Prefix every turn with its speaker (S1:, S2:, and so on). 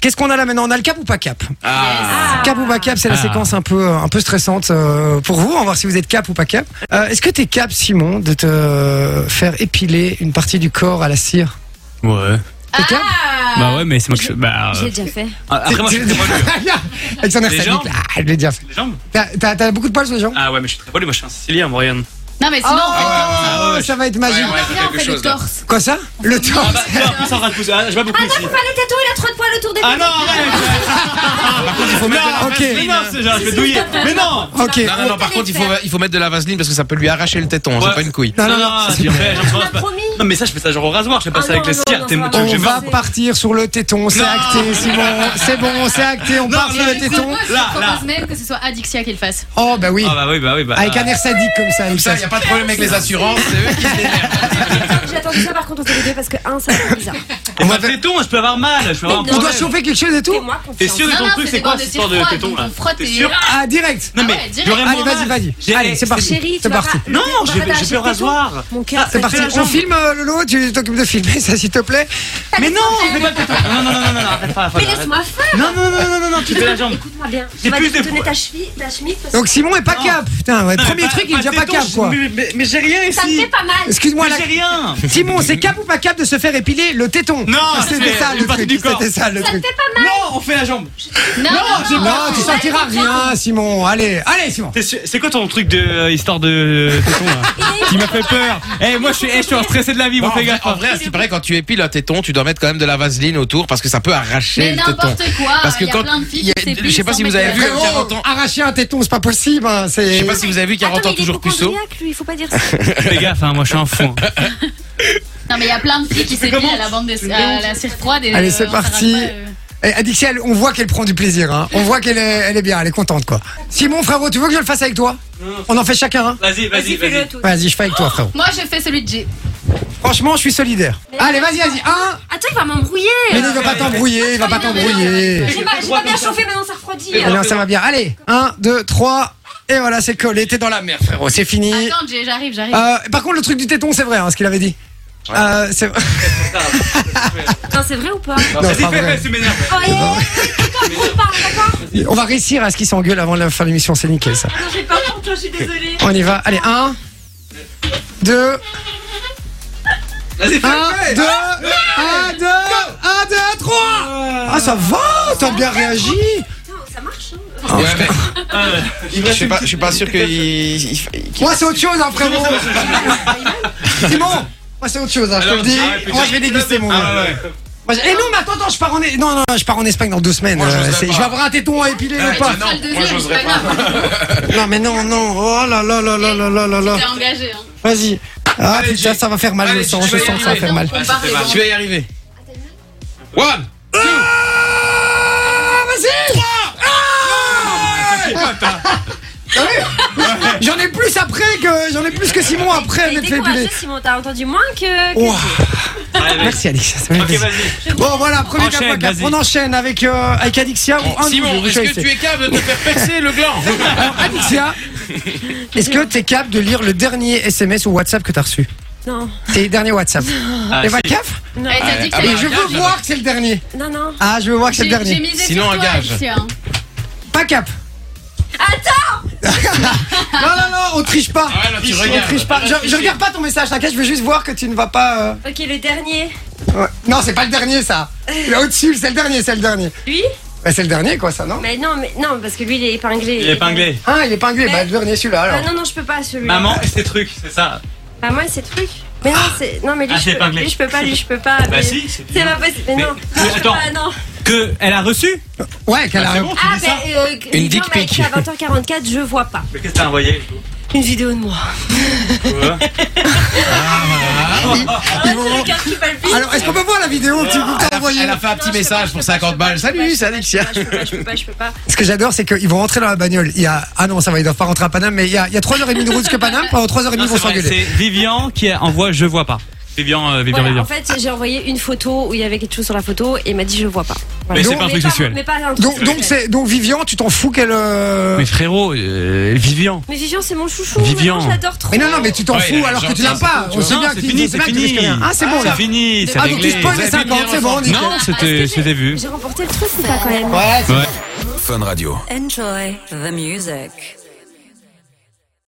S1: Qu'est-ce qu'on a là maintenant On a le cap ou pas cap
S2: Ah.
S1: Cap ou pas cap, c'est la
S3: Ah.
S1: séquence un peu, un peu stressante euh, pour vous. On va voir si vous êtes cap ou pas cap. Euh, Est-ce que t'es cap, Simon, de te euh, faire épiler une partie du corps à la cire
S3: Ouais.
S1: T'es cap
S3: Bah ouais, mais c'est moi que je. Bah.
S4: J'ai
S3: euh,
S4: déjà fait.
S2: Ah, Après, moi, je suis très volu.
S1: Avec son air
S2: Les
S1: sadique,
S2: jambes
S1: là. Ah, je l'ai déjà fait.
S2: Les jambes
S1: T'as- T'as t'as beaucoup de poils sur les jambes
S2: Ah ouais, mais je suis très volu. Moi, je suis un Sicilien, Morgan.
S4: Non, mais sinon,
S2: Ah,
S4: on fait-
S1: Oh, ça va être magique.
S2: Ouais, ouais.
S4: on fait, on
S2: quelque
S4: fait le
S2: chose, là.
S4: torse.
S1: Quoi ça Le temps
S2: Ah bah, toi, en plus, en train de pousser. Ah, je bats beaucoup ici.
S4: Pas les tatouages, il a trop de poils autour des
S2: Ah non, arrête
S1: Ah,
S2: Non,
S1: Ok.
S2: mais non, c'est genre, je vais douiller. Mais non
S1: Ok.
S5: Non, non, non, par contre, il faut, il faut mettre de la vaseline parce que ça peut lui arracher le téton,
S2: Ouais.
S5: c'est pas une couille.
S1: Non, non,
S2: c'est vrai, j'en pense
S4: On
S2: pas.
S4: a promis.
S2: Non, mais ça, je fais ça genre au rasoir, je fais pas
S4: Ah
S2: ça avec
S4: non,
S2: les
S4: non,
S2: cires.
S4: non,
S2: T'es-
S4: ça
S2: tu veux
S1: On
S2: que je
S1: va
S2: me-
S1: partir sur le téton, c'est
S2: Non.
S1: acté, Simon. C'est bon, c'est acté, on part sur le téton.
S4: Moi, je
S2: Là,
S4: propose
S2: là.
S4: même que ce soit Adixia qui le fasse.
S1: Oh, bah oui.
S2: Ah bah oui, bah oui, bah.
S1: Avec un air sadique comme ça.
S5: Comme
S1: une
S5: ça,
S1: tasse.
S5: il a pas de problème avec les assurances, c'est eux qui se démerdent.
S6: J'ai attendu ça par contre on fait les deux parce que un ça fait bizarre.
S2: Et
S1: On
S2: ma
S1: va faire-
S2: téton, je peux avoir mal, je peux avoir
S1: On
S2: un
S1: doit
S2: problème.
S1: chauffer quelque chose et tout
S6: Fais-moi
S2: T'es
S6: confiance.
S2: sûr de
S4: Non,
S2: ton
S4: non,
S2: truc,
S4: c'est
S2: c'est
S4: des
S2: quoi
S4: bandes
S2: cette
S4: de
S2: histoire de
S4: cire froide,
S2: téton
S4: donc
S2: là
S4: on frotte
S2: T'es
S4: et-
S2: sûr
S1: Ah, direct.
S2: Non,
S4: Ah
S2: mais
S4: ouais, direct.
S2: j'aurais
S1: Allez,
S2: moins
S1: vas-y,
S2: mal.
S1: vas-y.
S2: J'ai-
S1: Allez, c'est parti.
S6: Chérie, tu
S1: C'est
S6: vas
S1: parti.
S6: pas-
S2: Non,
S6: tu vas
S2: j'ai-
S6: pas
S2: j'ai
S6: lâcher
S2: fait le
S6: tes
S2: rasoir.
S6: dons. Mon cœur.
S1: C'est parti.
S2: fais la
S1: On
S2: jambe.
S1: filme euh, Lolo, tu t'occupes de filmer ça, s'il te plaît.
S2: Mais non, fais pas le téton. Non, non, non, non, non, arrête pas.
S6: Mais
S2: arrête.
S6: laisse-moi faire.
S2: Non, non, non, non, non, non, tu fais la jambe.
S6: Écoute-moi Ah, bien.
S2: J'ai
S6: Je vais
S2: plus
S6: te
S2: de
S6: donner
S2: poids.
S6: ta cheville, ta chemise parce
S1: Donc Simon est pas
S2: Non.
S1: cap. Putain, ouais,
S2: Non, mais
S1: premier
S2: pas-
S1: truc, il est déjà
S2: de
S1: pas
S2: téton,
S1: cap,
S2: je-
S1: quoi.
S2: Bah, Mais, mais- mais j'ai rien
S4: Ça me
S2: ici.
S4: fait pas mal.
S1: Excuse-moi,
S2: Mais
S1: là.
S2: j'ai rien.
S1: Simon, c'est cap ou pas cap de se faire épiler le téton Ah,
S2: Non,
S1: c'était
S2: c'est
S1: ça
S2: une
S1: le
S2: partie
S1: truc.
S2: du corps.
S1: C'était ça le truc.
S2: Non, on fait la jambe.
S4: Non,
S2: j'ai-
S1: Non, tu sentiras rien, Simon. Allez, allez, Simon.
S2: T'es sûr- C'est quoi ton truc de euh, histoire de euh, téton là Qui m'a fait peur. Eh, moi je suis, eh, je suis en stressé de la vie,
S5: Bon,
S2: mon
S5: en,
S2: fait
S5: vrai,
S2: gaffe. hein.
S5: en vrai, à ce qui paraît, quand tu épiles un téton, tu dois mettre quand même de la vaseline autour parce que ça peut arracher
S4: Mais
S5: le téton.
S4: n'importe quoi.
S5: Parce que
S4: il y a
S5: quand-
S4: plein de
S5: il y
S4: filles
S5: a-
S4: qui s'épilent
S5: je sais pas
S4: sans
S5: si vous
S4: mettre
S5: avez
S4: de-
S5: vu,
S1: Frérot,
S5: 40 ans.
S1: Arracher un téton, c'est pas possible. hein,
S5: Je
S1: C'est.
S5: sais pas si vous avez vu 40
S6: Attends,
S5: ans
S6: mais il est
S5: toujours puceau.
S6: hypochondriaque, lui, il faut pas dire ça.
S2: Fais gaffe, hein, moi je suis un fond.
S4: Non, mais il y a plein de filles qui s'épilent
S2: comment
S4: à la bande de
S2: Mais
S4: à
S2: où
S4: la cire froide. et,
S1: Allez,
S4: euh,
S1: c'est
S4: on s'arrête
S1: parti.
S4: pas, euh.
S1: Eh, Adixia, elle- on voit qu'elle prend du plaisir. hein. On voit qu'elle est, elle est bien, elle est contente, quoi. Simon, frérot, tu veux que je le fasse avec toi On en fait chacun. un
S2: Vas-y, vas-y,
S6: Vas-y, fais-le
S2: vas-y.
S6: tout.
S1: Vas-y, je fais avec toi, frérot.
S4: Moi, je fais celui de J.
S1: Franchement, je suis solidaire. Allez, vas-y, vas-y. Un.
S6: Attends, il va m'embrouiller.
S1: Mais non, il va pas t'embrouiller, il va pas t'embrouiller.
S6: J'ai pas, j'ai pas bien chauffé, maintenant ça refroidit.
S1: Ah non, ça va bien. Allez, 1, 2, 3. Et voilà, c'est collé. T'es dans la mer, frérot. C'est fini.
S4: Attends, J, j'arrive, j'arrive.
S1: Euh, par contre, le truc du téton, c'est vrai, hein, ce qu'il avait dit. Euh, c'est-
S6: Putain, c'est vrai ou pas
S1: Non,
S2: Vas-y,
S1: c'est pas
S2: fais,
S1: vrai.
S2: fais, c'est m'énerve.
S6: Oh, eh, t'embrouilles pas, d'accord
S1: On va réussir à ce qu'ils s'engueulent avant de faire l'émission. C'est nickel, ça.
S6: Non, j'ai pas honte, je suis désolée.
S1: On y va. Allez, 1, 2,
S2: Vas-y,
S1: 1,
S2: fais.
S1: 2, 1, 2, 1, 2, 3. Ah, ça va, t'as bien réagi.
S6: Putain, ça marche. hein.
S5: Ouais, mais
S2: Ah, ouais. Il me
S5: je
S2: reste
S5: suis
S2: une
S5: pas,
S2: petite-
S5: je suis pas sûr que. il- il- qu'il-
S1: Moi, c'est autre chose, hein, frérot. Simon, moi, c'est autre chose, hein, je te le dis.
S2: Ah ouais, putain.
S1: Moi, je vais déguster mon.
S2: Ah ouais, ouais.
S1: Moi, j'ai- Eh non, mais attends, attends, je pars en, non, non, je pars en Espagne dans deux semaines.
S5: Moi, j'oserais
S1: euh, c'est-
S5: pas.
S1: je vais avoir un téton à épiler
S5: Ah,
S1: ou pas.
S5: non,
S4: Pas le
S5: moi,
S4: deuxième,
S5: j'oserais
S4: c'est pas grave.
S1: Non, mais non, non. Oh là là là là là là là là.
S4: T'es engagé, hein.
S1: Vas-y. Ah
S5: Allez,
S1: putain,
S5: Jay.
S1: ça va faire mal,
S5: Allez,
S1: je sens,
S5: tu
S1: je
S5: vas y
S1: sens que ça va
S5: arriver.
S1: faire mal.
S4: On part les
S5: Tu vas y arriver. One, two,
S1: Ah J'en ai plus après que. J'en ai plus que Simon après
S6: T'as
S1: m'être
S6: été
S1: fait épiler.
S6: courageux, Simon, t'as entendu moins que. que-
S1: Ouah.
S2: Allez, vas-y.
S1: Merci Alix, ça fait
S2: Ah, Ok,
S1: plaisir.
S2: vas-y.
S1: Bon voilà, premier
S2: Enchaîne,
S1: cap, cap.
S2: vas-y.
S1: on enchaîne avec, euh, avec Alixia.
S6: Oh,
S1: Un de vous,
S5: Simon,
S1: vous
S5: est-ce que
S1: choisissez.
S5: tu es capable de te faire percer le gland
S1: Alors, Alixia, est-ce que t'es capable de lire le dernier SMS ou WhatsApp que t'as reçu
S6: Non,
S1: Tes derniers WhatsApp.
S2: Ah,
S1: Les
S2: si.
S1: WhatsApp
S4: Eh, t'as dit que
S5: Ah,
S1: Et
S4: t'allais-
S1: je veux voir que c'est le dernier.
S6: non, non.
S1: Ah, je veux voir que c'est
S4: J'ai
S1: le
S4: j'ai
S1: dernier.
S4: misé sur
S5: Sinon,
S4: toi,
S5: un gage.
S4: Alexia, hein.
S1: Pas cap. Attends Non, non, non, on triche pas.
S5: Ah ouais, là, tu
S1: on
S5: regardes.
S1: triche
S2: euh,
S1: pas. Je, je regarde pas ton message, t'inquiète, je veux juste voir que tu ne vas pas. euh,
S6: Ok, le dernier.
S1: ouais. Non, c'est pas le dernier ça. Là au-dessus, c'est le dernier, c'est le dernier.
S6: Lui
S1: Bah, c'est le dernier quoi, ça, non
S6: Mais non, mais non, parce que lui, il est épinglé.
S2: Il est épinglé.
S1: Ah, il est épinglé,
S6: Mais-
S1: bah le dernier celui-là
S6: Ah
S1: alors.
S6: non, non, je peux pas celui.
S2: Maman et ses trucs, c'est ça.
S6: Bah moi, c'est truc. Mais non, c'est. Non, mais lui,
S2: Ah, c'est
S6: je peux...
S2: épinglé.
S6: lui, je peux pas, lui, je peux pas.
S2: Bah
S6: mais-
S2: si, c'est
S6: C'est pas possible. Mais,
S2: Mais-
S6: non.
S2: mais
S6: Je peux
S2: attends.
S6: pas, non.
S2: Que elle a reçu
S1: Ouais, qu'elle a.
S2: C'est bon, tu
S6: Ah,
S2: dis
S6: bah,
S2: ça
S6: euh,
S5: Une
S6: Guillaume
S5: dick
S6: m'a
S5: pic.
S6: écrit à 20h44, je vois pas.
S2: Mais qu'est-ce que t'as envoyé
S6: Une vidéo de moi.
S1: Ils vont- Alors, est-ce qu'on peut voir la vidéo que tu
S2: Ah,
S1: peux
S5: Elle a-
S1: t'envoyer
S5: Elle a fait un petit
S6: Non, je peux pas,
S5: message
S6: je
S5: pour
S6: peux pas,
S5: 50
S6: je peux pas,
S5: balles.
S6: je peux
S5: Salut,
S6: pas,
S5: c'est Alexia.
S6: Ah, Je peux pas, je peux pas, je peux pas.
S1: Ce que j'adore, c'est qu'ils vont rentrer dans la bagnole. Il y a... Ah non, ça va, ils doivent pas rentrer à Paname, mais il y a, il y a 3h30 de route jusqu'à Paname, pendant 3h30 ils
S2: Non,
S1: vont
S2: c'est vrai,
S1: s'engueuler.
S2: C'est Vivian qui envoie Je vois pas. Vivian, euh, Vivian,
S6: Voilà,
S2: Vivian.
S6: en fait, j'ai envoyé une photo où il y avait quelque chose sur la photo et il m'a dit je vois pas.
S2: Mais c'est
S1: Donc-
S2: pas un
S6: mais
S2: truc
S6: pas,
S2: sexuel.
S6: mais pas un truc
S1: Donc, donc,
S6: sexuel.
S1: c'est, donc Vivian, tu t'en fous qu'elle. euh,
S3: Mais frérot, euh, Vivian.
S6: Mais Vivian, c'est mon chouchou.
S3: Vivian.
S6: Vivian. J'adore trop.
S1: Mais non, non, mais tu t'en
S5: Ouais, il
S1: fous
S5: a
S1: alors que tu
S5: gentil,
S1: l'as pas.
S5: tu
S1: On
S5: vois.
S1: sait
S2: Non,
S1: bien
S2: c'est
S1: que-
S2: fini,
S1: on sait
S2: c'est
S1: bien que tu
S2: fini.
S1: risques rien. Ah, c'est bon,
S2: C'est
S1: là.
S2: fini, c'est
S1: Ah, donc tu
S2: réglé.
S1: spoil les 50, c'est bon, on y va.
S2: Non, c'était, c'était vu.
S6: J'ai remporté le truc ou pas quand même
S1: Ouais,
S2: Ouais.
S7: Enjoy the music.